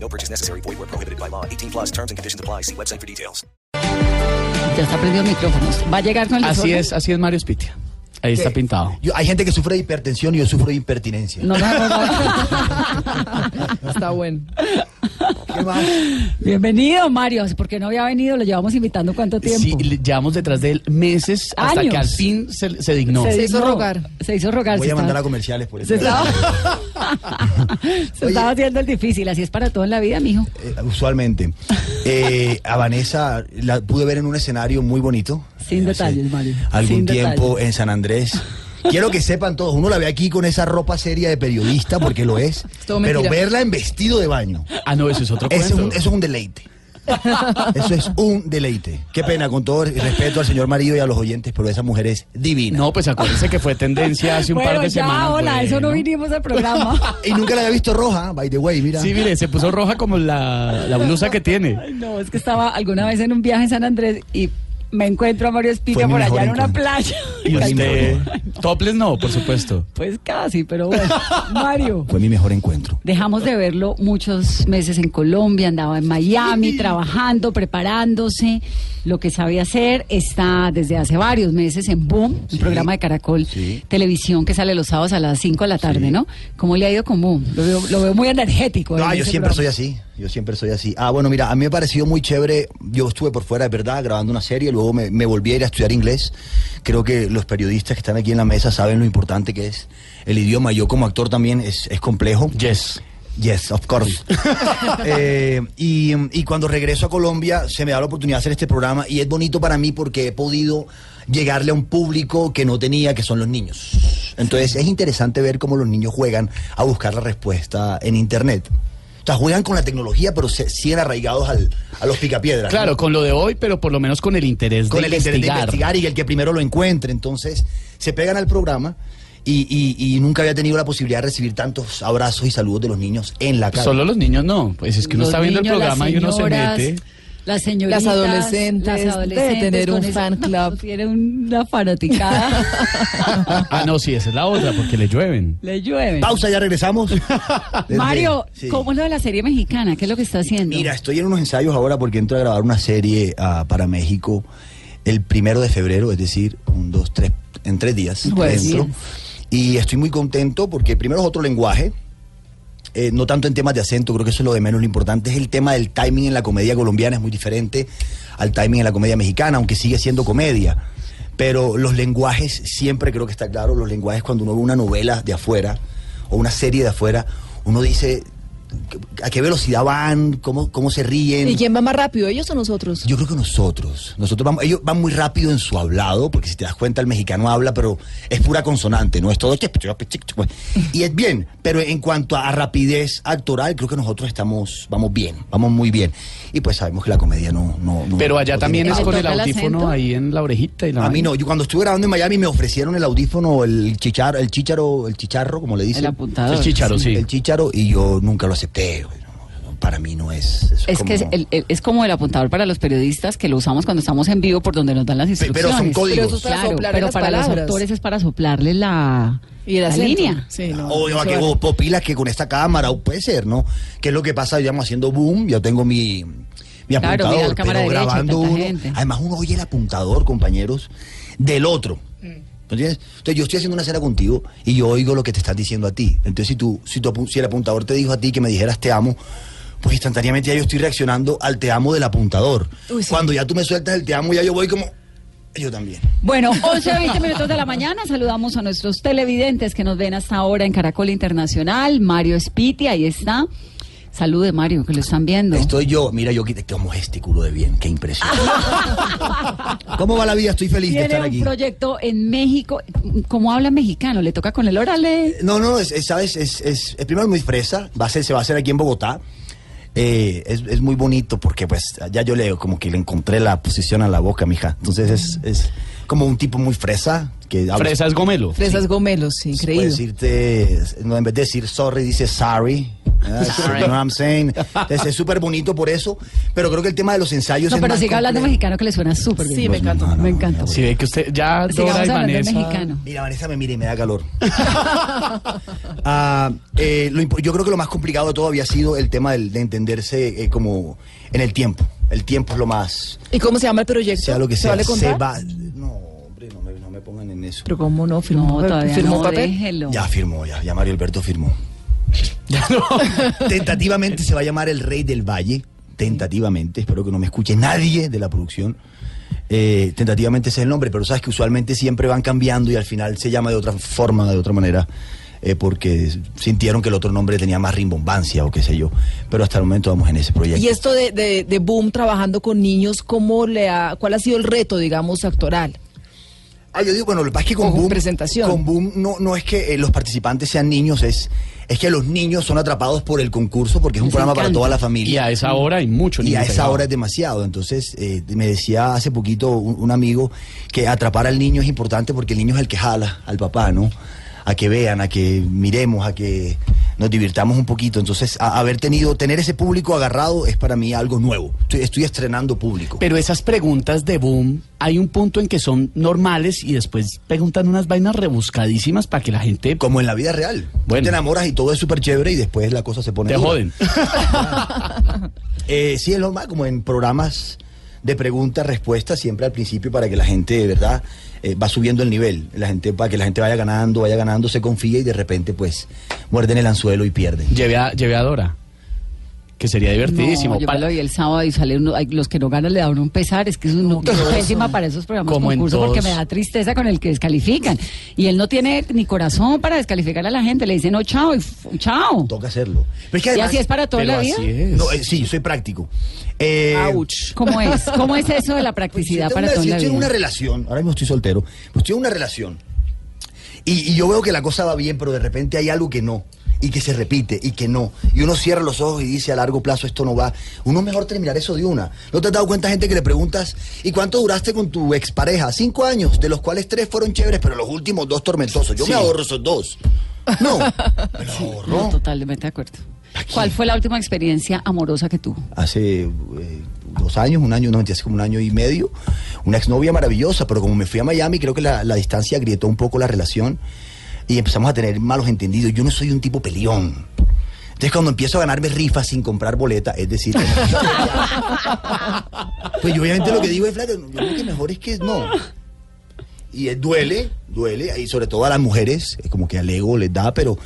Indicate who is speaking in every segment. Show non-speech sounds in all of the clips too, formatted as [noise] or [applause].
Speaker 1: No purchase necessary. Void where prohibited by law. 18 plus terms and conditions apply. See website for details.
Speaker 2: Ya está prendido micrófonos. Va a llegar con el
Speaker 3: Así
Speaker 2: desorden?
Speaker 3: es, así es Mario Spitia. Ahí está pintado.
Speaker 4: Yo- hay gente que sufre de hipertensión y yo sufro de impertinencia.
Speaker 2: No, no, no, no.
Speaker 3: [laughs] Está bueno.
Speaker 4: ¿Qué más?
Speaker 2: Bienvenido, Mario. Porque no había venido, lo llevamos invitando cuánto tiempo.
Speaker 3: Sí, le- llevamos detrás de él meses hasta
Speaker 2: Años.
Speaker 3: que al fin se, se dignó.
Speaker 2: Se
Speaker 5: hizo
Speaker 2: dignó.
Speaker 5: rogar.
Speaker 2: Se hizo rogar.
Speaker 4: Voy
Speaker 2: se
Speaker 4: a mandar a
Speaker 2: estaba-
Speaker 4: comerciales por eso.
Speaker 2: Se estaba, se estaba haciendo el difícil. Así es para todo en la vida, mijo.
Speaker 4: Eh, usualmente. Eh, a Vanessa la pude ver en un escenario muy bonito.
Speaker 2: Sin
Speaker 4: Eh,
Speaker 2: detalles,
Speaker 4: hace
Speaker 2: Mario.
Speaker 4: Algún
Speaker 2: Sin
Speaker 4: tiempo
Speaker 2: detalles.
Speaker 4: en San Andrés. Quiero que sepan todos, uno la ve aquí con esa ropa seria de periodista, porque lo es,
Speaker 5: Todo
Speaker 4: pero
Speaker 5: mentira.
Speaker 4: verla en vestido de baño,
Speaker 3: Ah, no, eso es otro
Speaker 4: ese es un-
Speaker 3: cuento.
Speaker 4: eso es un deleite. Eso es un deleite. Qué pena, con todo el respeto al señor marido y a los oyentes, pero esa mujer es divina.
Speaker 3: No, pues acuérdense que fue tendencia hace un
Speaker 2: bueno,
Speaker 3: par de
Speaker 2: ya,
Speaker 3: semanas.
Speaker 2: hola, eso no
Speaker 3: bueno.
Speaker 2: vinimos al
Speaker 3: [laughs]
Speaker 2: programa.
Speaker 4: Y nunca la había visto roja, by the way, mira.
Speaker 3: Sí, mire, se puso roja como la, la blusa que tiene.
Speaker 2: Ay, no, es que estaba alguna vez en un viaje en San Andrés y me encuentro a Mario Espina
Speaker 4: Fue mi
Speaker 2: por
Speaker 4: mejor
Speaker 2: allá en una
Speaker 4: encuentro.
Speaker 2: playa.
Speaker 3: Y
Speaker 4: Fue mi
Speaker 3: usted.
Speaker 4: mejor
Speaker 3: Este, Topless no, por supuesto.
Speaker 2: [laughs] Pues casi, pero bueno. Mario.
Speaker 4: Fue mi mejor encuentro.
Speaker 2: Dejamos de verlo muchos meses en Colombia, andaba en Miami trabajando, preparándose, lo que sabe hacer. Está desde hace varios meses en Boom, un programa de Caracol
Speaker 4: sí.
Speaker 2: Televisión que sale los sábados a las 5 de la tarde,
Speaker 4: Sí.
Speaker 2: ¿no? ¿Cómo le ha ido con Boom? Lo veo, lo veo muy energético.
Speaker 4: No,
Speaker 2: en
Speaker 4: Ah, yo
Speaker 2: ese
Speaker 4: siempre soy
Speaker 2: programa.
Speaker 4: así, yo siempre soy así. Ah, bueno, mira, a mí me pareció muy chévere, yo estuve por fuera, es verdad, grabando una serie, luego me, me volví a ir a estudiar inglés. Creo que los periodistas que están aquí en la mesa saben lo importante que es el idioma. Yo como actor también es, es complejo.
Speaker 3: Yes.
Speaker 4: Yes, of course. [laughs] Eh, y, y cuando regreso a Colombia se me da la oportunidad de hacer este programa y es bonito para mí porque he podido llegarle a un público que no tenía, que son los niños. Entonces es interesante ver cómo los niños juegan a buscar la respuesta en Internet. O sea, juegan con la tecnología, pero se, siguen arraigados al, a los picapiedras. ¿no?
Speaker 3: Claro, con lo de hoy, pero por lo menos con el interés,
Speaker 4: con
Speaker 3: de,
Speaker 4: el interés de
Speaker 3: investigar.
Speaker 4: investigar y el que primero lo encuentre. Entonces, se pegan al programa y, y- y nunca había tenido la posibilidad de recibir tantos abrazos y saludos de los niños en la calle.
Speaker 3: Solo los niños no. Pues es que uno
Speaker 2: Los
Speaker 3: está viendo el
Speaker 2: niños, las
Speaker 3: programa y uno se
Speaker 2: señoras,
Speaker 3: mete.
Speaker 2: Las señoritas,
Speaker 5: Las adolescentes,
Speaker 2: las adolescentes
Speaker 5: debe tener
Speaker 2: con
Speaker 5: un
Speaker 2: esa-
Speaker 5: fan
Speaker 2: [laughs]
Speaker 5: club.
Speaker 2: No, tiene una fanaticada,
Speaker 3: [laughs] Ah, no, sí, esa es la otra, porque le llueven.
Speaker 2: le llueve.
Speaker 4: Pausa,
Speaker 3: [laughs]
Speaker 4: ya regresamos. Desde-
Speaker 2: Mario,
Speaker 4: Sí.
Speaker 2: ¿cómo es lo de la serie mexicana? ¿Qué es lo que está haciendo?
Speaker 4: Mira, estoy en unos ensayos ahora porque entro a grabar una serie ah, para México el primero de febrero, es decir, un, dos, tres, en tres días
Speaker 2: Pues
Speaker 4: entro.
Speaker 2: bien.
Speaker 4: Y estoy muy contento porque primero es otro lenguaje, eh, no tanto en temas de acento, creo que eso es lo de menos. Lo importante es el tema del timing en la comedia colombiana, es muy diferente al timing en la comedia mexicana, aunque sigue siendo comedia. Pero los lenguajes, siempre creo que está claro, los lenguajes cuando uno ve una novela de afuera o una serie de afuera, uno dice a qué velocidad van, cómo, cómo se ríen.
Speaker 5: ¿Y quién va más rápido, ellos o nosotros?
Speaker 4: Yo creo que nosotros, nosotros vamos, ellos van muy rápido en su hablado, porque si te das cuenta el mexicano habla, pero es pura consonante, no es todo. Y es bien, pero en cuanto a rapidez actoral, creo que nosotros estamos, vamos bien, vamos muy bien. Y pues sabemos que la comedia no, no, no-
Speaker 3: Pero allá
Speaker 4: no
Speaker 3: también
Speaker 4: tiene
Speaker 3: es
Speaker 2: ¿Le
Speaker 3: con el
Speaker 2: toca el acento?
Speaker 3: audífono ahí en la orejita y la
Speaker 4: a mí
Speaker 3: vaina.
Speaker 4: no, yo cuando estuve grabando en Miami me ofrecieron el audífono, el chichar, el chicharo, el chicharro, como le dicen.
Speaker 2: El apuntador.
Speaker 3: El chicharo, sí.
Speaker 4: El chicharo, y yo nunca lo acepté. Para mí no es. Es,
Speaker 2: Es que es,
Speaker 4: como-
Speaker 2: el- el- es como el apuntador para los periodistas que lo usamos cuando estamos en vivo por donde nos dan las
Speaker 4: Pe-
Speaker 2: instrucciones.
Speaker 4: pero son códigos.
Speaker 5: Pero eso es para
Speaker 2: Claro,
Speaker 5: soplarle
Speaker 2: pero
Speaker 5: las
Speaker 2: para los
Speaker 5: palabras.
Speaker 2: actores es para soplarle la,
Speaker 5: ¿Y el
Speaker 2: la
Speaker 5: acento?
Speaker 2: línea.
Speaker 5: Sí, no.
Speaker 4: O
Speaker 5: no
Speaker 4: a
Speaker 5: se
Speaker 4: Ah, que
Speaker 5: vale.
Speaker 4: vos popilas que con esta cámara o puede ser, ¿no? Que es lo que pasa, digamos, haciendo boom, yo tengo mi, mi
Speaker 2: Claro, mira la
Speaker 4: apuntador,
Speaker 2: cámara
Speaker 4: pero
Speaker 2: derecha,
Speaker 4: grabando
Speaker 2: tanta
Speaker 4: uno.
Speaker 2: gente.
Speaker 4: Además, uno oye el apuntador, compañeros, del otro. ¿Entiendes? Entonces yo estoy haciendo una cena contigo y yo oigo lo que te estás diciendo a ti. Entonces si tú, si tu apu- si el apuntador te dijo a ti que me dijeras te amo, pues instantáneamente ya yo estoy reaccionando al te amo del apuntador.
Speaker 5: Uy, sí.
Speaker 4: Cuando ya tú me sueltas el te amo, ya yo voy como yo también.
Speaker 2: [laughs] Bueno, 11 a 20 minutos de la mañana. Saludamos a nuestros televidentes que nos ven hasta ahora en Caracol Internacional. Mario Spiti, ahí está. Salude, Mario, que lo están viendo.
Speaker 4: Estoy yo, mira, yo quité como este culo de bien,
Speaker 2: [laughs]
Speaker 4: qué impresión. ¿Cómo va la vida? Estoy feliz de
Speaker 2: Tiene
Speaker 4: estar
Speaker 2: un
Speaker 4: aquí.
Speaker 2: proyecto en México. ¿Cómo habla mexicano? ¿Le toca con el órale?
Speaker 4: No, no, es, es, sabes, es, es, es primero muy fresa, va a ser, se va a hacer aquí en Bogotá. eh, es, es muy bonito porque pues ya yo le como que le encontré la posición a la boca, mija. Entonces es,
Speaker 2: Mm.
Speaker 4: es como un tipo muy fresa. Que habla-
Speaker 3: Fresa es gomelo.
Speaker 5: Fresas Gomelos, sí,
Speaker 4: Puede
Speaker 5: increíble.
Speaker 4: decirte, no, en vez de decir sorry, dice sorry.
Speaker 2: [laughs]
Speaker 4: Ah, You know what I'm saying? Entonces, es súper bonito por eso, pero creo que el tema de los ensayos
Speaker 2: No,
Speaker 4: es
Speaker 2: pero
Speaker 4: más
Speaker 2: siga hablando
Speaker 4: complejo. Pues,
Speaker 2: mexicano que le suena súper bien.
Speaker 5: Sí, me encanta.
Speaker 4: No, no,
Speaker 2: Me
Speaker 4: no,
Speaker 2: encanta.
Speaker 3: Si ve que usted ya Dora
Speaker 2: Sigamos
Speaker 3: y
Speaker 2: hablando en
Speaker 3: Vanessa.
Speaker 2: mexicano.
Speaker 4: Mira, Vanessa me mira y me da calor. [laughs] Ah, eh, lo impo- yo creo que lo más complicado de todo había sido el tema del- de entenderse eh, como en el tiempo. El tiempo es lo más,
Speaker 5: ¿Y cómo se llama el proyecto?
Speaker 4: sea lo que
Speaker 5: ¿Se
Speaker 4: sea.
Speaker 5: vale contar?
Speaker 4: va- no, hombre, no me, no me pongan en eso.
Speaker 5: Pero cómo no, firmó,
Speaker 2: No,
Speaker 5: papel-
Speaker 2: todavía
Speaker 5: firmó
Speaker 2: no,
Speaker 5: papel.
Speaker 2: déjelo.
Speaker 4: Ya firmó, ya, ya Mario Alberto firmó.
Speaker 3: Ya no.
Speaker 4: [laughs] Tentativamente se va a llamar El Rey del Valle. Tentativamente, espero que no me escuche nadie de la producción. Eh, tentativamente ese es el nombre, pero sabes que usualmente siempre van cambiando y al final se llama de otra forma, de otra manera, eh, porque sintieron que el otro nombre tenía más rimbombancia o qué sé yo. Pero hasta el momento vamos en ese proyecto.
Speaker 5: Y esto de, de- de Boom trabajando con niños, ¿cómo le ha, ¿cuál ha sido el reto, digamos, actoral?
Speaker 4: Ah, yo digo, bueno, lo que pasa es que con
Speaker 5: Ojo,
Speaker 4: Boom,
Speaker 5: presentación.
Speaker 4: con Boom no, no es que eh, los participantes sean niños, es, es que los niños son atrapados por el concurso porque es un
Speaker 2: Les
Speaker 4: programa para
Speaker 2: encanta.
Speaker 4: toda la familia.
Speaker 3: Y a esa hora hay mucho
Speaker 4: Y
Speaker 3: niño
Speaker 4: a esa
Speaker 3: pegado.
Speaker 4: hora es demasiado. Entonces, eh, me decía hace poquito un, un amigo que atrapar al niño es importante porque el niño es el que jala al papá, ¿no? A que vean, a que miremos, a que nos divirtamos un poquito. Entonces, a- haber tenido, tener ese público agarrado es para mí algo nuevo. Estoy, estoy estrenando público.
Speaker 3: Pero esas preguntas de boom, hay un punto en que son normales y después preguntan unas vainas rebuscadísimas para que la gente
Speaker 4: Como en la vida real.
Speaker 3: Bueno.
Speaker 4: Te enamoras y todo es súper chévere y después la cosa se pone.
Speaker 3: te
Speaker 4: dura.
Speaker 3: joden.
Speaker 4: Eh, sí, es normal, como en programas de preguntas-respuestas, siempre al principio para que la gente, de verdad, eh, va subiendo el nivel. La gente, para que la gente vaya ganando, vaya ganando, se confía y de repente, pues, muerden el anzuelo y pierden.
Speaker 3: Llevé a, llevé a Dora, que sería divertidísimo.
Speaker 2: No, yo
Speaker 3: Pa-
Speaker 2: me lo vi el sábado y sale uno, ay, los que no ganan le dan un pesar, es que es un- es pésima para esos programas
Speaker 3: Como en
Speaker 2: concurso
Speaker 3: todos.
Speaker 2: porque me da tristeza con el que descalifican. Y él no tiene ni corazón para descalificar a la gente, le dicen no chao y f- chao.
Speaker 4: Toca hacerlo. Pero es que
Speaker 2: Y
Speaker 4: además-
Speaker 2: así es para toda
Speaker 3: Pero
Speaker 2: la vida.
Speaker 3: así es. Ah,
Speaker 4: No, eh, sí, soy práctico. Eh,
Speaker 5: Ouch.
Speaker 2: ¿Cómo es? ¿Cómo es eso de la practicidad
Speaker 4: Pues Si
Speaker 2: para
Speaker 4: tengo
Speaker 2: toda
Speaker 4: una, si
Speaker 2: la
Speaker 4: estoy en una
Speaker 2: vida?
Speaker 4: relación, ahora mismo estoy soltero, pues estoy en una relación y, y yo veo que la cosa va bien, pero de repente hay algo que no y que se repite y que no y uno cierra los ojos y dice a largo plazo esto no va uno es mejor terminar eso de una no te has dado cuenta gente que le preguntas y cuánto duraste con tu expareja cinco años de los cuales tres fueron chéveres pero los últimos dos tormentosos yo me ahorro esos dos no me los ahorro
Speaker 2: No, totalmente de acuerdo. ¿Cuál fue la última experiencia amorosa que tuvo?
Speaker 4: hace eh, dos años, un año, no mentira, hace como un año y medio, una exnovia maravillosa, pero como me fui a Miami, creo que la, la distancia agrietó un poco la relación y empezamos a tener malos entendidos. Yo no soy un tipo peleón. Entonces cuando empiezo a ganarme rifas sin comprar boleta, es decir, pues yo obviamente lo que digo es, flaco, yo creo que mejor es que no. Y eh, duele, duele, y sobre todo a las mujeres, eh, como que al ego les da, pero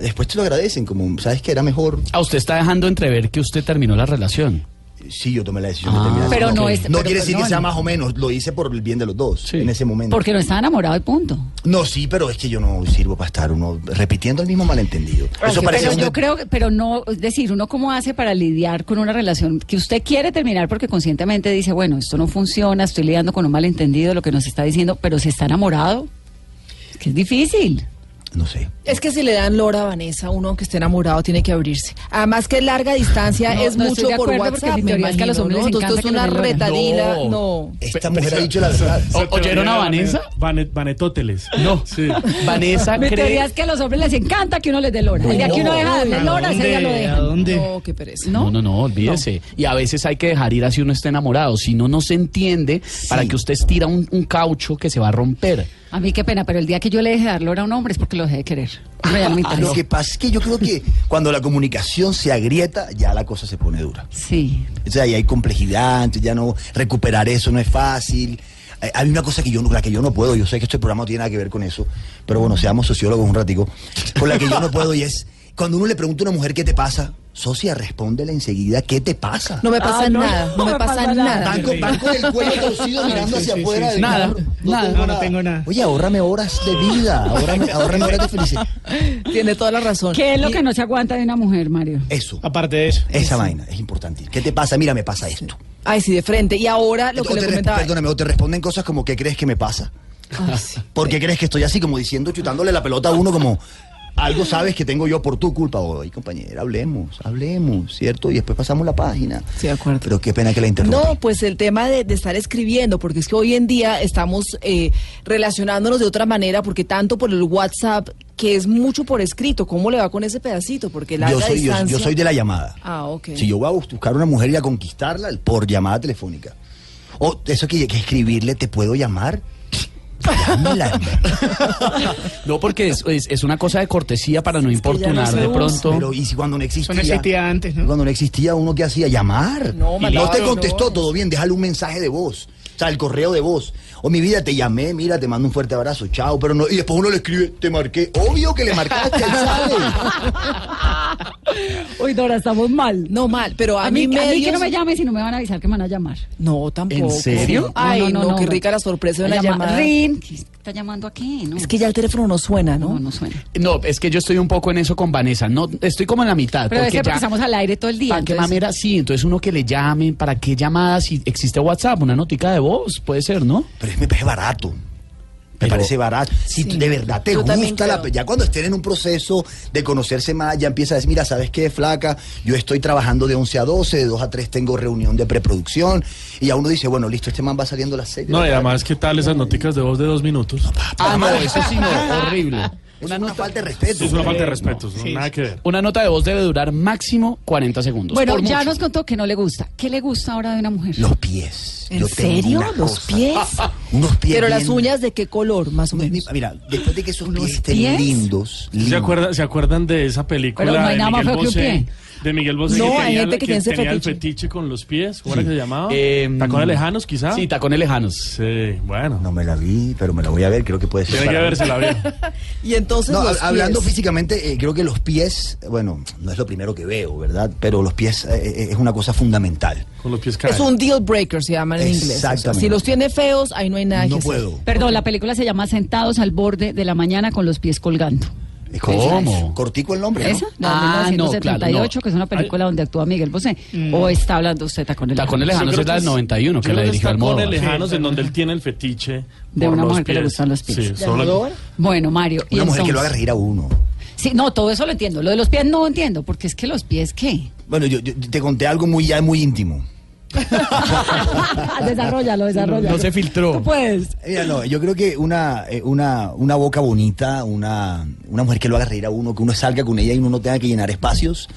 Speaker 4: después te lo agradecen, como, ¿sabes que era mejor?
Speaker 3: A Ah, usted está dejando entrever que usted terminó la relación.
Speaker 4: Sí, yo tomé la decisión
Speaker 3: Ah.
Speaker 4: de terminar.
Speaker 2: Pero no
Speaker 4: Ok.
Speaker 2: es- pero
Speaker 4: quiere decir
Speaker 2: perdón.
Speaker 4: que sea más o menos. Lo hice por el bien de los dos
Speaker 3: Sí.
Speaker 4: en ese momento.
Speaker 2: Porque no estaba enamorado y punto.
Speaker 4: No, sí, pero es que yo no sirvo para estar uno repitiendo el mismo malentendido. Eso parece
Speaker 2: pero
Speaker 4: un-
Speaker 2: yo creo, que- pero no, es decir, uno cómo hace para lidiar con una relación que usted quiere terminar porque conscientemente dice, bueno, esto no funciona, estoy lidiando con un malentendido, lo que nos está diciendo, pero se está enamorado. Es que es difícil.
Speaker 4: No sé.
Speaker 5: Es que si le dan lora a Vanessa, uno aunque esté enamorado tiene que abrirse. Además que larga distancia
Speaker 2: No,
Speaker 5: es
Speaker 2: no estoy
Speaker 5: mucho
Speaker 2: de
Speaker 5: por
Speaker 2: acuerdo, porque
Speaker 5: WhatsApp,
Speaker 2: mi
Speaker 5: me
Speaker 2: teoría es que a los
Speaker 5: imagino,
Speaker 2: hombres les
Speaker 5: ¿no? Entonces,
Speaker 2: encanta que
Speaker 5: una
Speaker 2: les den lora.
Speaker 5: retadila,
Speaker 3: No.
Speaker 5: no.
Speaker 4: Esta mujer ha dicho la verdad.
Speaker 3: O- ¿Oyeron a Vanessa?
Speaker 6: Vanet- Vanetóteles.
Speaker 3: No.
Speaker 6: Sí.
Speaker 3: [laughs] Vanessa
Speaker 2: Mi teoría
Speaker 3: cree...
Speaker 2: es que a los hombres les encanta que uno les dé lora. El día que uno deja de darle lora, ese día lo
Speaker 3: ¿A
Speaker 2: deja.
Speaker 3: dónde?
Speaker 5: No, qué pereza.
Speaker 3: No, no, no, olvídese. Y a veces hay que dejar ir así uno está enamorado. Si no, no se entiende para que usted estira un, un caucho que se va a romper.
Speaker 2: A mí qué pena, pero el día que yo le deje de dar lora a un hombre es porque lo dejé de querer.
Speaker 3: Ah,
Speaker 2: Realmente.
Speaker 4: Ah, Lo que pasa es que yo creo que cuando la comunicación se agrieta, ya la cosa se pone dura.
Speaker 2: Sí.
Speaker 4: O sea, ahí hay complejidad, entonces ya no recuperar eso no es fácil. Eh, Hay una cosa que yo no, la que yo no puedo, yo sé que este programa no tiene nada que ver con eso, pero bueno, seamos sociólogos un ratico, con la que yo no puedo y es cuando uno le pregunta a una mujer qué te pasa, socia, respóndele enseguida qué te pasa.
Speaker 5: No me pasa
Speaker 2: Ah, no,
Speaker 5: nada, no, me pasa, nada.
Speaker 4: Van con, van con el cuello torcido mirando hacia afuera. del
Speaker 3: Nada,
Speaker 4: carro.
Speaker 3: nada.
Speaker 6: No, no tengo nada.
Speaker 4: Oye, ahórrame horas de vida, ahórrame, ahórrame horas de felicidad.
Speaker 5: Tiene toda la razón.
Speaker 2: ¿Qué es lo que no se aguanta de una mujer, Mario? [laughs]
Speaker 6: [laughs]
Speaker 4: Eso,
Speaker 6: Aparte de eso.
Speaker 4: esa vaina es importante. ¿Qué te pasa? Mira, me pasa esto.
Speaker 5: Ay, sí, de frente. Y ahora lo
Speaker 4: O
Speaker 5: que
Speaker 4: te
Speaker 5: le
Speaker 4: resp-
Speaker 5: comentaba.
Speaker 4: Perdóname, o te responden cosas como ¿qué crees que me pasa?
Speaker 5: Ay, [laughs] sí.
Speaker 4: ¿Por qué crees que estoy así? Como diciendo, chutándole la pelota a uno como... Algo sabes que tengo yo por tu culpa hoy, compañera. Hablemos, hablemos, ¿cierto? Y después pasamos la página.
Speaker 5: Sí, de acuerdo.
Speaker 4: Pero qué pena que la interrumpa.
Speaker 5: No, pues el tema de, de estar escribiendo, porque es que hoy en día estamos eh, relacionándonos de otra manera, porque tanto por el WhatsApp, que es mucho por escrito, ¿cómo le va con ese pedacito? Porque la
Speaker 4: yo,
Speaker 5: larga
Speaker 4: soy, yo- yo
Speaker 5: distancia...
Speaker 4: soy de la llamada.
Speaker 5: Ah, ok.
Speaker 4: Si yo voy a buscar una mujer y a conquistarla por llamada telefónica. O eso que, que escribirle, ¿te puedo
Speaker 5: [laughs]
Speaker 4: llamar? Llámela, hermano.
Speaker 3: No, porque es, es- es una cosa de cortesía para no
Speaker 5: que ya no
Speaker 3: importunar
Speaker 5: se
Speaker 3: de
Speaker 5: usa.
Speaker 3: pronto.
Speaker 4: Pero y si cuando no
Speaker 6: Eso
Speaker 4: existía.
Speaker 6: no existía antes, ¿no?
Speaker 4: Cuando no existía, uno que hacía llamar.
Speaker 5: No,
Speaker 4: Y
Speaker 5: mandaba
Speaker 4: te
Speaker 5: flores.
Speaker 4: contestó todo bien, déjale un mensaje de voz. O sea, el correo de voz. O mi vida, te llamé, mira, te mando un fuerte abrazo, chao. Pero no, y después uno le escribe, te marqué. Obvio que le marcaste, él
Speaker 5: [laughs]
Speaker 4: sabe.
Speaker 2: Uy, Dora, estamos mal.
Speaker 5: No mal, pero a,
Speaker 2: A mí, a mí
Speaker 5: medios-
Speaker 2: que no me llamen si no me van a avisar que me van a llamar.
Speaker 5: No, tampoco.
Speaker 3: ¿En serio?
Speaker 5: No, Ay, no, qué rica la sorpresa de una
Speaker 2: Llama-
Speaker 5: llamada.
Speaker 2: Rin, ¿qué está llamando aquí? No.
Speaker 5: Es que ya el teléfono no suena, ¿no?
Speaker 2: no, no suena.
Speaker 3: No, es que yo estoy un poco en eso con Vanessa. No, estoy como en la mitad.
Speaker 2: Pero es que
Speaker 3: porque
Speaker 2: porque
Speaker 3: ya,
Speaker 2: estamos al aire todo el día.
Speaker 3: ¿Para qué
Speaker 2: entonces-
Speaker 3: mamera? Sí, entonces uno que le llamen, ¿para qué llamadas? Si existe WhatsApp, una notica de voz, puede ser, ¿no?
Speaker 4: Pero me parece barato. Me
Speaker 3: Pero-
Speaker 4: parece barato. Si
Speaker 5: Sí.
Speaker 4: de verdad te
Speaker 5: Yo también
Speaker 4: gusta la...
Speaker 5: creo.
Speaker 4: Ya cuando estén en un proceso de conocerse más, ya empieza a decir, mira, ¿sabes qué, flaca? Yo estoy trabajando de 11 a 12, de 2 a 3 tengo reunión de preproducción. Y ya uno dice, bueno, listo, este man va saliendo a las 6.
Speaker 6: No, y además, ¿qué tal esas noticas de voz de dos minutos?
Speaker 3: [laughs] Ah, no, eso sí, no, horrible.
Speaker 4: Es una falta de respeto.
Speaker 6: Eso es una falta de respeto, no, nada que ver.
Speaker 3: Una nota de voz debe durar máximo 40 segundos.
Speaker 2: Bueno,
Speaker 3: por
Speaker 2: ya
Speaker 3: mucho.
Speaker 2: nos contó que no le gusta. ¿Qué le gusta ahora de una mujer?
Speaker 4: Los pies.
Speaker 5: ¿En
Speaker 4: Yo tengo
Speaker 5: serio?
Speaker 4: una
Speaker 5: ¿Los
Speaker 4: cosa.
Speaker 5: pies?
Speaker 4: [laughs] Unos pies
Speaker 5: Pero las
Speaker 4: bien-
Speaker 5: uñas pues. de qué color, más o
Speaker 4: Mi- mi-
Speaker 5: menos.
Speaker 4: Mira, después de que esos
Speaker 2: ¿Unos
Speaker 4: pies estén
Speaker 2: pies?
Speaker 4: lindos, lindos.
Speaker 6: ¿Se acuerdan, ¿Se acuerdan de esa película
Speaker 2: Pero no hay
Speaker 6: de,
Speaker 2: nada más
Speaker 6: Miguel
Speaker 2: feo que un
Speaker 6: Bosé,
Speaker 2: pie.
Speaker 6: de Miguel Bosé?
Speaker 5: No,
Speaker 6: que
Speaker 5: hay
Speaker 6: tenía,
Speaker 5: gente que tiene ese
Speaker 6: tenía el
Speaker 5: fetiche.
Speaker 6: fetiche con los pies. ¿Cómo era que se llamaba?
Speaker 3: Eh,
Speaker 6: ¿Tacones lejanos, quizá?
Speaker 3: Sí, tacones lejanos.
Speaker 6: Sí, bueno.
Speaker 4: No me la vi, pero me la voy a ver, creo que puede ser.
Speaker 6: Tiene
Speaker 4: para
Speaker 6: que
Speaker 4: mí.
Speaker 6: verse la vida.
Speaker 5: Y entonces
Speaker 4: No,
Speaker 5: los
Speaker 4: hab- hablando
Speaker 5: pies.
Speaker 4: físicamente, eh, creo que los pies, bueno, no es lo primero que veo, ¿verdad? Pero los pies eh, eh, es una cosa fundamental.
Speaker 6: Con los pies caen.
Speaker 5: es un deal breaker, se llaman en inglés. O sea,
Speaker 4: Exactamente.
Speaker 5: si los tiene feos, ahí no hay nada
Speaker 4: No
Speaker 5: que hacer.
Speaker 4: puedo.
Speaker 2: Perdón, la película se llama Sentados al borde de la mañana con los pies colgando.
Speaker 4: Es
Speaker 3: ¿Cómo?
Speaker 4: Cortico el nombre. ¿no?
Speaker 2: ¿Esa? No,
Speaker 3: Ah, no,
Speaker 2: 1978,
Speaker 3: claro, no.
Speaker 2: que es una película donde actúa Miguel Bosé.
Speaker 3: Mm.
Speaker 2: ¿O está hablando usted Tacones
Speaker 3: Tacones
Speaker 2: Lejanos?
Speaker 3: lejanos
Speaker 6: creo
Speaker 3: es la
Speaker 6: que
Speaker 3: del
Speaker 6: es-
Speaker 3: 91, que la
Speaker 6: yo creo que es
Speaker 3: dirigió
Speaker 6: tacones
Speaker 3: Almodóvar.
Speaker 6: lejanos en donde él tiene el fetiche
Speaker 2: De
Speaker 6: por
Speaker 2: una
Speaker 6: los
Speaker 2: mujer que le
Speaker 6: pies.
Speaker 2: gustan los pies.
Speaker 6: Sí,
Speaker 2: ¿De
Speaker 6: solo-
Speaker 2: Bueno, Mario. ¿y
Speaker 4: Una mujer que lo haga
Speaker 2: entonces?
Speaker 4: reír a uno.
Speaker 2: Sí, no, todo eso lo entiendo. Lo de los pies no entiendo, porque es que los pies, ¿qué?
Speaker 4: Bueno, yo, yo te conté algo muy ya muy íntimo.
Speaker 2: Ah, desarrollalo, desarrollalo.
Speaker 3: no se filtró.
Speaker 2: Tú puedes.
Speaker 4: Mira, no, yo creo que una, eh, una, una boca bonita, una, una mujer que lo haga reír a uno, que uno salga con ella y uno no tenga que llenar espacios.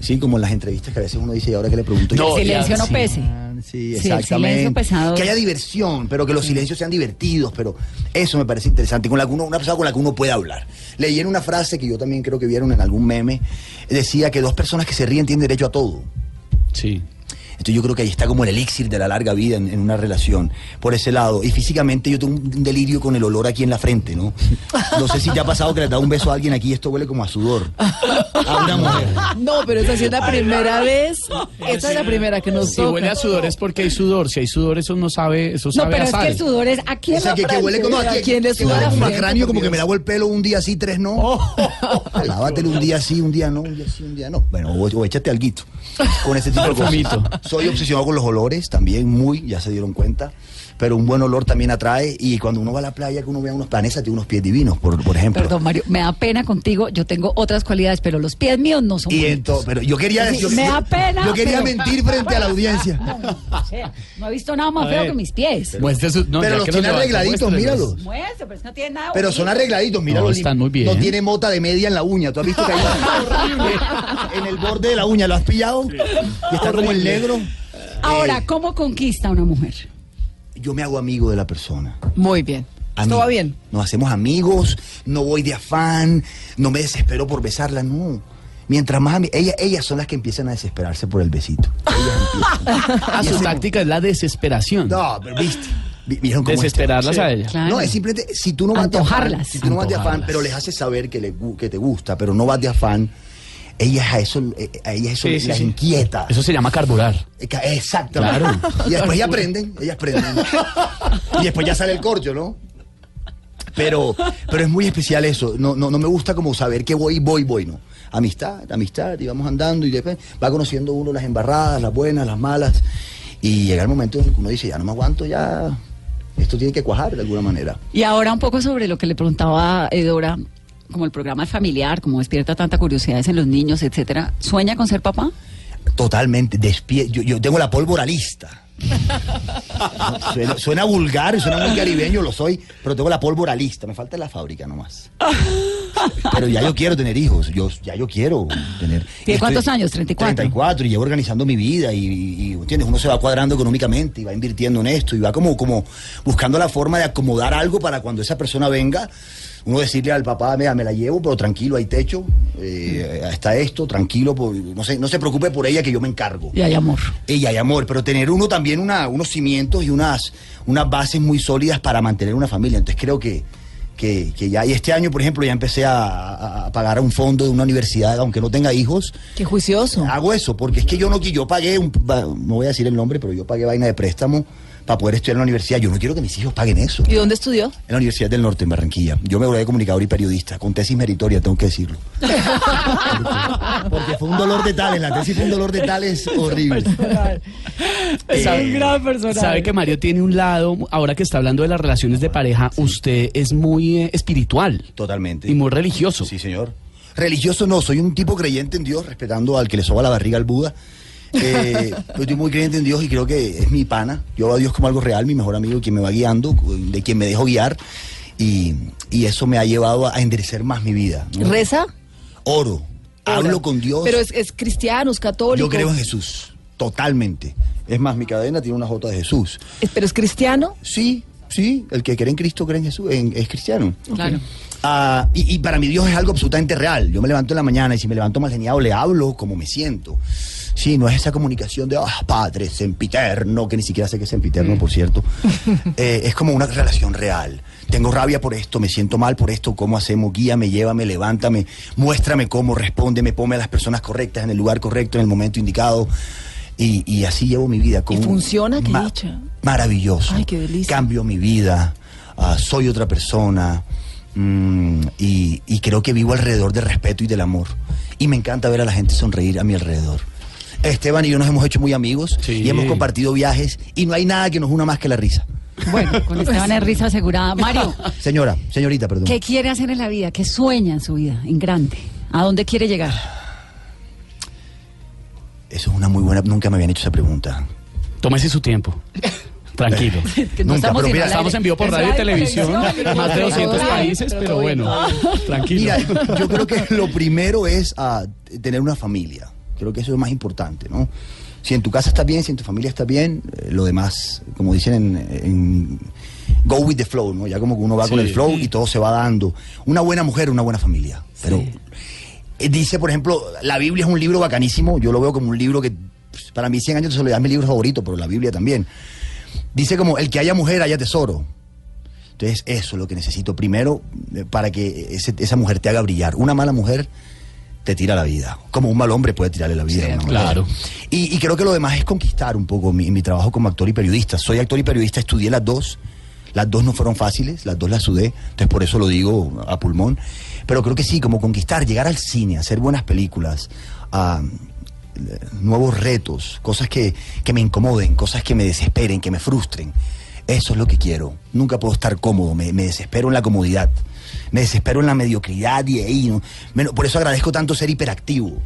Speaker 4: Sí, como en las entrevistas que a veces uno dice, ¿y ahora qué le pregunto?
Speaker 3: No,
Speaker 4: yo?
Speaker 2: el silencio
Speaker 3: ya,
Speaker 2: no
Speaker 3: sí.
Speaker 2: pese.
Speaker 4: Sí,
Speaker 2: Sí, el
Speaker 4: exactamente.
Speaker 2: silencio pesado.
Speaker 4: Que haya diversión, pero que los silencios sean divertidos, pero eso me parece interesante, con la que uno, una persona con la que uno puede hablar. Leí en una frase que yo también creo que vieron en algún meme, decía que dos personas que se ríen tienen derecho a todo.
Speaker 3: Sí.
Speaker 4: Entonces yo creo que ahí está como el elixir de la larga vida en, en una relación, por ese lado. Y físicamente yo tengo un un delirio con el olor aquí en la frente, ¿no? No sé si te ha pasado que le has dado un beso a alguien aquí y esto huele como a sudor. A una mujer.
Speaker 5: No, pero esa sí es la primera vez. Esa es la primera que nos
Speaker 3: Si huele a
Speaker 5: toca.
Speaker 3: sudor es porque hay sudor. Si hay sudor, eso no sabe, eso
Speaker 2: No,
Speaker 3: sabe
Speaker 2: pero
Speaker 3: a
Speaker 2: es que
Speaker 3: sal.
Speaker 2: el sudor es aquí
Speaker 4: O
Speaker 2: en
Speaker 4: sea,
Speaker 2: la
Speaker 4: que, que
Speaker 2: frente.
Speaker 4: huele como
Speaker 5: ¿a
Speaker 4: aquí,
Speaker 5: quién le
Speaker 4: que
Speaker 5: suda
Speaker 4: huele
Speaker 5: la
Speaker 4: como a
Speaker 5: frente,
Speaker 4: cráneo, como
Speaker 5: por
Speaker 4: que me lavo el pelo un día sí, tres no.
Speaker 2: Oh.
Speaker 4: [laughs] Lávatelo un día sí, un día no, un día sí, un día no. Bueno, o, o échate alguito con
Speaker 3: [laughs]
Speaker 4: ese tipo de cosas.
Speaker 3: Perfumito.
Speaker 4: Soy obsesionado con los olores también, muy, ya se dieron cuenta. Pero un buen olor también atrae. Y cuando uno va a la playa, que uno vea unos planetas, tiene unos pies divinos, por, por ejemplo.
Speaker 2: Perdón, Mario, me da pena contigo. Yo tengo otras cualidades, pero los pies míos no son
Speaker 4: Y
Speaker 2: bonitos.
Speaker 4: entonces, pero yo quería
Speaker 2: Sí,
Speaker 4: yo-
Speaker 2: me da
Speaker 4: yo-
Speaker 2: pena,
Speaker 4: Yo quería
Speaker 2: pero-
Speaker 4: mentir frente a la audiencia.
Speaker 2: [laughs] O sea, no he visto nada más
Speaker 3: A
Speaker 2: feo
Speaker 3: ver. Pues-
Speaker 2: que mis pies.
Speaker 3: Muestre su- no,
Speaker 4: Pero
Speaker 3: ya
Speaker 4: los
Speaker 3: que
Speaker 4: tiene
Speaker 3: levantó,
Speaker 4: arregladitos,
Speaker 3: muéstrelos.
Speaker 4: míralos.
Speaker 2: Muestra, pero eso no tiene nada
Speaker 4: Pero son
Speaker 2: bonito.
Speaker 4: arregladitos, mira.
Speaker 3: No,
Speaker 4: los
Speaker 3: están
Speaker 4: lim-
Speaker 3: muy bien.
Speaker 4: No tiene mota de media en la uña. ¿Tú has visto que
Speaker 3: [laughs]
Speaker 4: hay en el borde de la uña? ¿Lo has pillado? Y está como el negro. Eh.
Speaker 2: Ahora, ¿cómo conquista a una mujer?
Speaker 4: Yo me hago amigo de la persona.
Speaker 5: Muy bien.
Speaker 4: Amigo.
Speaker 5: ¿Todo va bien?
Speaker 4: Nos hacemos amigos, no voy de afán, no me desespero por besarla, no. Mientras más ami- ella- ellas son las que empiezan a desesperarse por
Speaker 3: [laughs]
Speaker 4: el besito. Ellas empiezan.
Speaker 3: Ah,
Speaker 4: Y
Speaker 3: su
Speaker 4: hacemos-
Speaker 3: táctica es la desesperación.
Speaker 4: No, pero viste. Vi- ¿Vieron cómo es?
Speaker 3: Desesperarlas a ella.
Speaker 2: Claro.
Speaker 4: No, es simplemente si tú no vas de afán,
Speaker 2: Antojarlas.
Speaker 4: si tú no vas de afán,
Speaker 3: Antojarlas.
Speaker 4: pero les haces saber que, le gu- que te gusta, pero no vas de afán, ellas a eso, eh, a ellas eso
Speaker 3: Sí, sí,
Speaker 4: las
Speaker 3: sí.
Speaker 4: inquieta.
Speaker 3: Eso se llama carburar.
Speaker 4: Eh, ca- Exactamente.
Speaker 3: Claro.
Speaker 4: Y después ya aprenden, ellas aprenden. y después ya sale el corcho, ¿no? Pero, pero es muy especial eso. No, no, no me gusta como saber que voy, voy, voy, no. Amistad, amistad, y vamos andando y después va conociendo uno las embarradas, las buenas, las malas. Y llega el momento en el que uno dice, ya no me aguanto, ya. Esto tiene que cuajar de alguna manera.
Speaker 2: Y ahora un poco sobre lo que le preguntaba Edora. eh, como el programa familiar, como despierta tanta curiosidades en los niños, etcétera, ¿sueña con ser papá?
Speaker 4: Totalmente, despie- yo, yo tengo la pólvora lista. suena, suena vulgar, y suena muy caribeño, lo soy, pero tengo la pólvora lista. Me falta la fábrica nomás. Pero ya yo quiero tener hijos, yo, ya yo quiero tener.
Speaker 2: ¿Tiene cuántos años? 34.
Speaker 4: 34 y llevo organizando mi vida y, y- y, ¿entiendes? uno se va cuadrando económicamente y va invirtiendo en esto y va como, como buscando la forma de acomodar algo para cuando esa persona venga, uno decirle al papá, mira, me la llevo, pero tranquilo, hay techo, eh, está esto, tranquilo, por- no, se, no se preocupe por ella que yo me encargo
Speaker 2: Y hay amor.
Speaker 4: ella y amor, pero tener uno también una, unos cimientos y unas, unas bases muy sólidas para mantener una familia. Entonces creo que, que, que ya, y este año, por ejemplo, ya empecé a, a- a pagar a un fondo de una universidad, aunque no tenga hijos.
Speaker 5: Qué juicioso.
Speaker 4: Hago eso, porque es que yo no qui- yo pagué, un, va- no voy a decir el nombre, pero yo pagué vaina de préstamo para poder estudiar en la universidad. Yo no quiero que mis hijos paguen eso.
Speaker 5: ¿Y dónde estudió?
Speaker 4: En la Universidad del Norte, en Barranquilla. Yo me gradué de comunicador y periodista, con tesis meritoria, tengo que decirlo. Porque, porque fue un dolor de tales, la tesis fue un dolor de tales horrible.
Speaker 2: Es
Speaker 4: un gran
Speaker 2: personaje.
Speaker 3: Sabe que Mario tiene un lado, ahora que está hablando de las relaciones de pareja, usted es muy eh, espiritual
Speaker 4: Totalmente.
Speaker 3: y muy religioso.
Speaker 4: Sí, señor. Religioso no, soy un tipo creyente en Dios, respetando al que le soba la barriga al Buda.
Speaker 5: [laughs]
Speaker 4: Eh, pero estoy muy creyente en Dios y creo que es mi pana. Yo veo a Dios como algo real, mi mejor amigo, quien me va guiando, de quien me dejo guiar. Y, y eso me ha llevado a enderezar más mi vida. ¿no?
Speaker 5: ¿Reza?
Speaker 4: Oro, hablo
Speaker 5: Ora.
Speaker 4: con Dios.
Speaker 5: Pero es, es cristiano, es católico.
Speaker 4: Yo creo en Jesús, totalmente. Es más, mi cadena tiene una J de Jesús.
Speaker 5: Es- Pero es cristiano.
Speaker 4: Sí, sí, el que cree en Cristo cree en Jesús, en- es cristiano.
Speaker 2: Claro.
Speaker 4: Ah, y, y para mí Dios es algo absolutamente real. Yo me levanto en la mañana y si me levanto mal geniado le hablo como me siento. Sí, no es esa comunicación de ah, Padre sempiterno, que ni siquiera sé que es sempiterno, por
Speaker 5: [laughs]
Speaker 4: cierto. Eh, es como una relación real. Tengo rabia por esto, me siento mal por esto, ¿cómo hacemos? Guíame, llévame, levántame, muéstrame cómo, respóndeme, ponme a las personas correctas en el lugar correcto, en el momento indicado. Y, y así llevo mi vida. con-
Speaker 5: funciona? ¡Qué dicha!
Speaker 4: Maravilloso.
Speaker 5: Ay, qué delicia.
Speaker 4: Cambio mi vida, ah, soy otra persona mm, y, y creo que vivo alrededor del respeto y del amor. Y me encanta ver a la gente sonreír a mi alrededor. Esteban y yo nos hemos hecho muy amigos
Speaker 3: Sí.
Speaker 4: y hemos compartido viajes y no hay nada que nos una más que la risa.
Speaker 2: Bueno, con Esteban es risa asegurada. Mario,
Speaker 4: Señora, señorita, perdón.
Speaker 2: ¿qué quiere hacer en la vida? ¿Qué sueña en su vida? En grande. ¿A dónde quiere llegar?
Speaker 4: Eso es una muy buena, nunca me habían hecho esa pregunta.
Speaker 3: Tómese su tiempo. [laughs] Tranquilo.
Speaker 2: Que no
Speaker 4: Nunca,
Speaker 2: estamos
Speaker 4: pero
Speaker 2: en
Speaker 4: mira,
Speaker 2: al aire.
Speaker 3: Estamos en vivo por
Speaker 2: Es
Speaker 3: radio y televisión,
Speaker 2: televisión,
Speaker 3: [laughs] más de
Speaker 2: pero
Speaker 3: 200
Speaker 2: todo bien,
Speaker 3: países,
Speaker 2: pero
Speaker 3: pero
Speaker 2: todo
Speaker 3: bueno, tranquilo.
Speaker 4: Mira, yo creo que lo primero es ah, tener una familia. Creo que eso es lo más importante, ¿no? Si en tu casa está bien, si en tu familia está bien, eh, lo demás, como dicen en, en Go with the flow, ¿no? Ya como que uno va con el flow y todo se va dando. Una buena mujer, una buena familia. Pero eh, dice, por ejemplo, la Biblia es un libro bacanísimo. Yo lo veo como un libro que pues, para mí 100 años de soledad es mi libro favorito, pero la Biblia también. Dice como, el que haya mujer, haya tesoro. Entonces, eso es lo que necesito primero eh, para que ese- esa mujer te haga brillar. Una mala mujer te tira la vida, como un mal hombre puede tirarle la vida. a una mujer.
Speaker 3: claro.
Speaker 4: Y, y creo que lo demás es conquistar un poco mi, mi trabajo como actor y periodista. Soy actor y periodista, estudié las dos. Las dos no fueron fáciles, las dos las sudé, entonces por eso lo digo a pulmón. Pero creo que sí, como conquistar, llegar al cine, hacer buenas películas, a nuevos retos, cosas que, que me incomoden, cosas que me desesperen, que me frustren. Eso es lo que quiero. Nunca puedo estar cómodo, me, me desespero en la comodidad, me desespero en la mediocridad y ahí. ¿no? Menos- por eso agradezco tanto ser hiperactivo.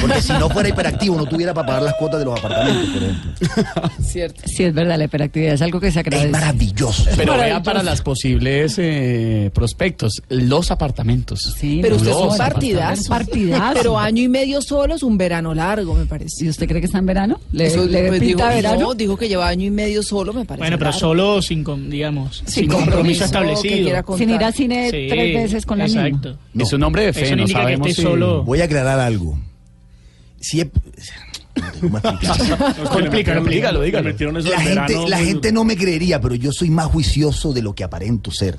Speaker 4: Porque si no fuera hiperactivo no tuviera para pagar las cuotas de los apartamentos, por ejemplo.
Speaker 5: Cierto.
Speaker 2: Sí, es verdad, la hiperactividad es algo que se
Speaker 4: Es
Speaker 2: agradece.
Speaker 4: maravilloso.
Speaker 3: [laughs] Pero vea para las posibles eh, prospectos, los apartamentos.
Speaker 2: Sí,
Speaker 5: Pero
Speaker 2: no,
Speaker 5: usted es
Speaker 2: no,
Speaker 5: un
Speaker 3: Los
Speaker 5: partidazo.
Speaker 3: apartamentos.
Speaker 2: Partidazo.
Speaker 5: Pero año y medio solo es un verano largo, me
Speaker 2: ¿Y
Speaker 5: parece.
Speaker 2: usted cree que está en verano? ¿Le,
Speaker 5: Eso,
Speaker 2: le
Speaker 5: pues,
Speaker 2: pinta
Speaker 5: dijo,
Speaker 2: verano?
Speaker 5: no, dijo que lleva año y medio solo, me parece.
Speaker 7: Bueno, pero
Speaker 5: raro.
Speaker 7: solo sin, com- digamos,
Speaker 5: Sin
Speaker 7: sin, compromiso,
Speaker 5: compromiso, que quiera
Speaker 7: establecido.
Speaker 5: con-
Speaker 2: Sin ir al cine
Speaker 7: Sí,
Speaker 2: Eh, tres veces con la
Speaker 7: exacto.
Speaker 2: misma.
Speaker 4: No.
Speaker 3: Es un hombre de
Speaker 7: Eso
Speaker 3: fe,
Speaker 7: no
Speaker 3: no
Speaker 7: indica que
Speaker 3: sabemos
Speaker 7: esté
Speaker 3: si-
Speaker 7: solo.
Speaker 4: Voy a aclarar algo. Si he- No tengo más que explicar.
Speaker 7: Explícalo,
Speaker 3: dígalo, dígalo.
Speaker 6: Le metieron eso
Speaker 4: La
Speaker 6: del
Speaker 4: gente,
Speaker 6: verano pues,
Speaker 4: la
Speaker 6: muy
Speaker 4: gente
Speaker 6: duro.
Speaker 4: no me creería, pero yo soy más juicioso de lo que aparento ser.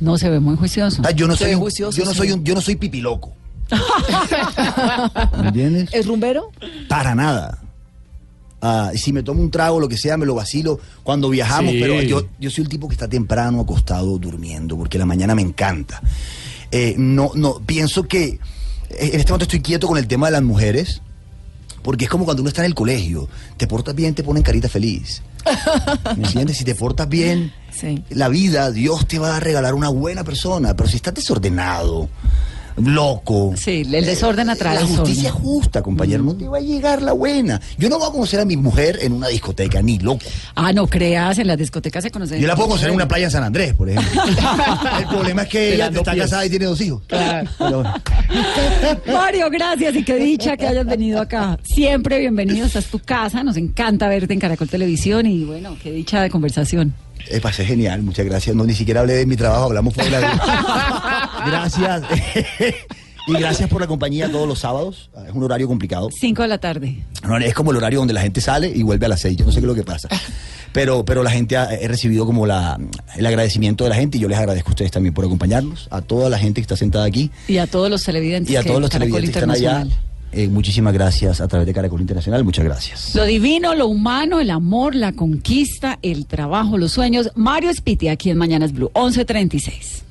Speaker 2: No, se ve muy juicioso.
Speaker 4: O sea, Ah, yo no
Speaker 5: Se
Speaker 4: soy
Speaker 5: ve
Speaker 4: un-
Speaker 5: juicioso,
Speaker 4: yo no
Speaker 5: sí.
Speaker 4: soy un- yo no soy pipiloco. [laughs] ¿Me entiendes?
Speaker 5: ¿Es rumbero?
Speaker 4: Para nada. Ah, si me tomo un trago, lo que sea, me lo vacilo cuando viajamos,
Speaker 3: Sí.
Speaker 4: pero yo, yo soy el tipo que está temprano, acostado, durmiendo, porque la mañana me encanta. Eh, no, no, pienso que eh, en este momento estoy quieto con el tema de las mujeres, porque es como cuando uno está en el colegio, te portas bien, te ponen carita feliz. ¿Me entiendes? Si te portas bien,
Speaker 5: Sí.
Speaker 4: la vida, Dios te va a regalar una buena persona. Pero si estás desordenado, loco.
Speaker 2: Sí, el desorden atrae
Speaker 4: La
Speaker 2: el
Speaker 4: justicia es
Speaker 2: desorden.
Speaker 4: justa, compañero. No te va a llegar la buena. Yo no voy a conocer a mi mujer en una discoteca, ni loco.
Speaker 2: Ah, no creas, en las discotecas se conocen.
Speaker 4: Yo la puedo conocer en una playa en San Andrés, por ejemplo. El problema es que ella
Speaker 3: Pelando
Speaker 4: está
Speaker 3: pies.
Speaker 4: casada y tiene dos hijos. Pero bueno.
Speaker 2: [laughs] Mario, gracias y qué dicha que hayas venido acá. Siempre bienvenido, esta es tu casa, nos encanta verte en Caracol Televisión y bueno, qué dicha de conversación.
Speaker 4: Eh, pasé genial, muchas gracias. No, ni siquiera hablé de mi trabajo, hablamos fuera de...
Speaker 2: [laughs]
Speaker 4: gracias. [laughs] y gracias por la compañía todos los sábados. Es un horario complicado.
Speaker 2: Cinco de la tarde.
Speaker 4: No, es como el horario donde la gente sale y vuelve a las seis. Yo no sé qué es lo que
Speaker 2: [laughs]
Speaker 4: pasa. Pero, pero la gente ha, eh, he recibido como la, el agradecimiento de la gente y yo les agradezco a ustedes también por acompañarnos, a toda la gente que está sentada aquí
Speaker 2: Y a todos los televidentes.
Speaker 4: y a
Speaker 2: que
Speaker 4: todos los
Speaker 2: Caracol
Speaker 4: televidentes que están allá.
Speaker 2: Internacional.
Speaker 4: Eh, muchísimas gracias a través de Caracol Internacional. Muchas gracias.
Speaker 2: Lo divino, lo humano, el amor, la conquista, el trabajo, los sueños. Mario Spiti, aquí en Mañanas Blue, 1136.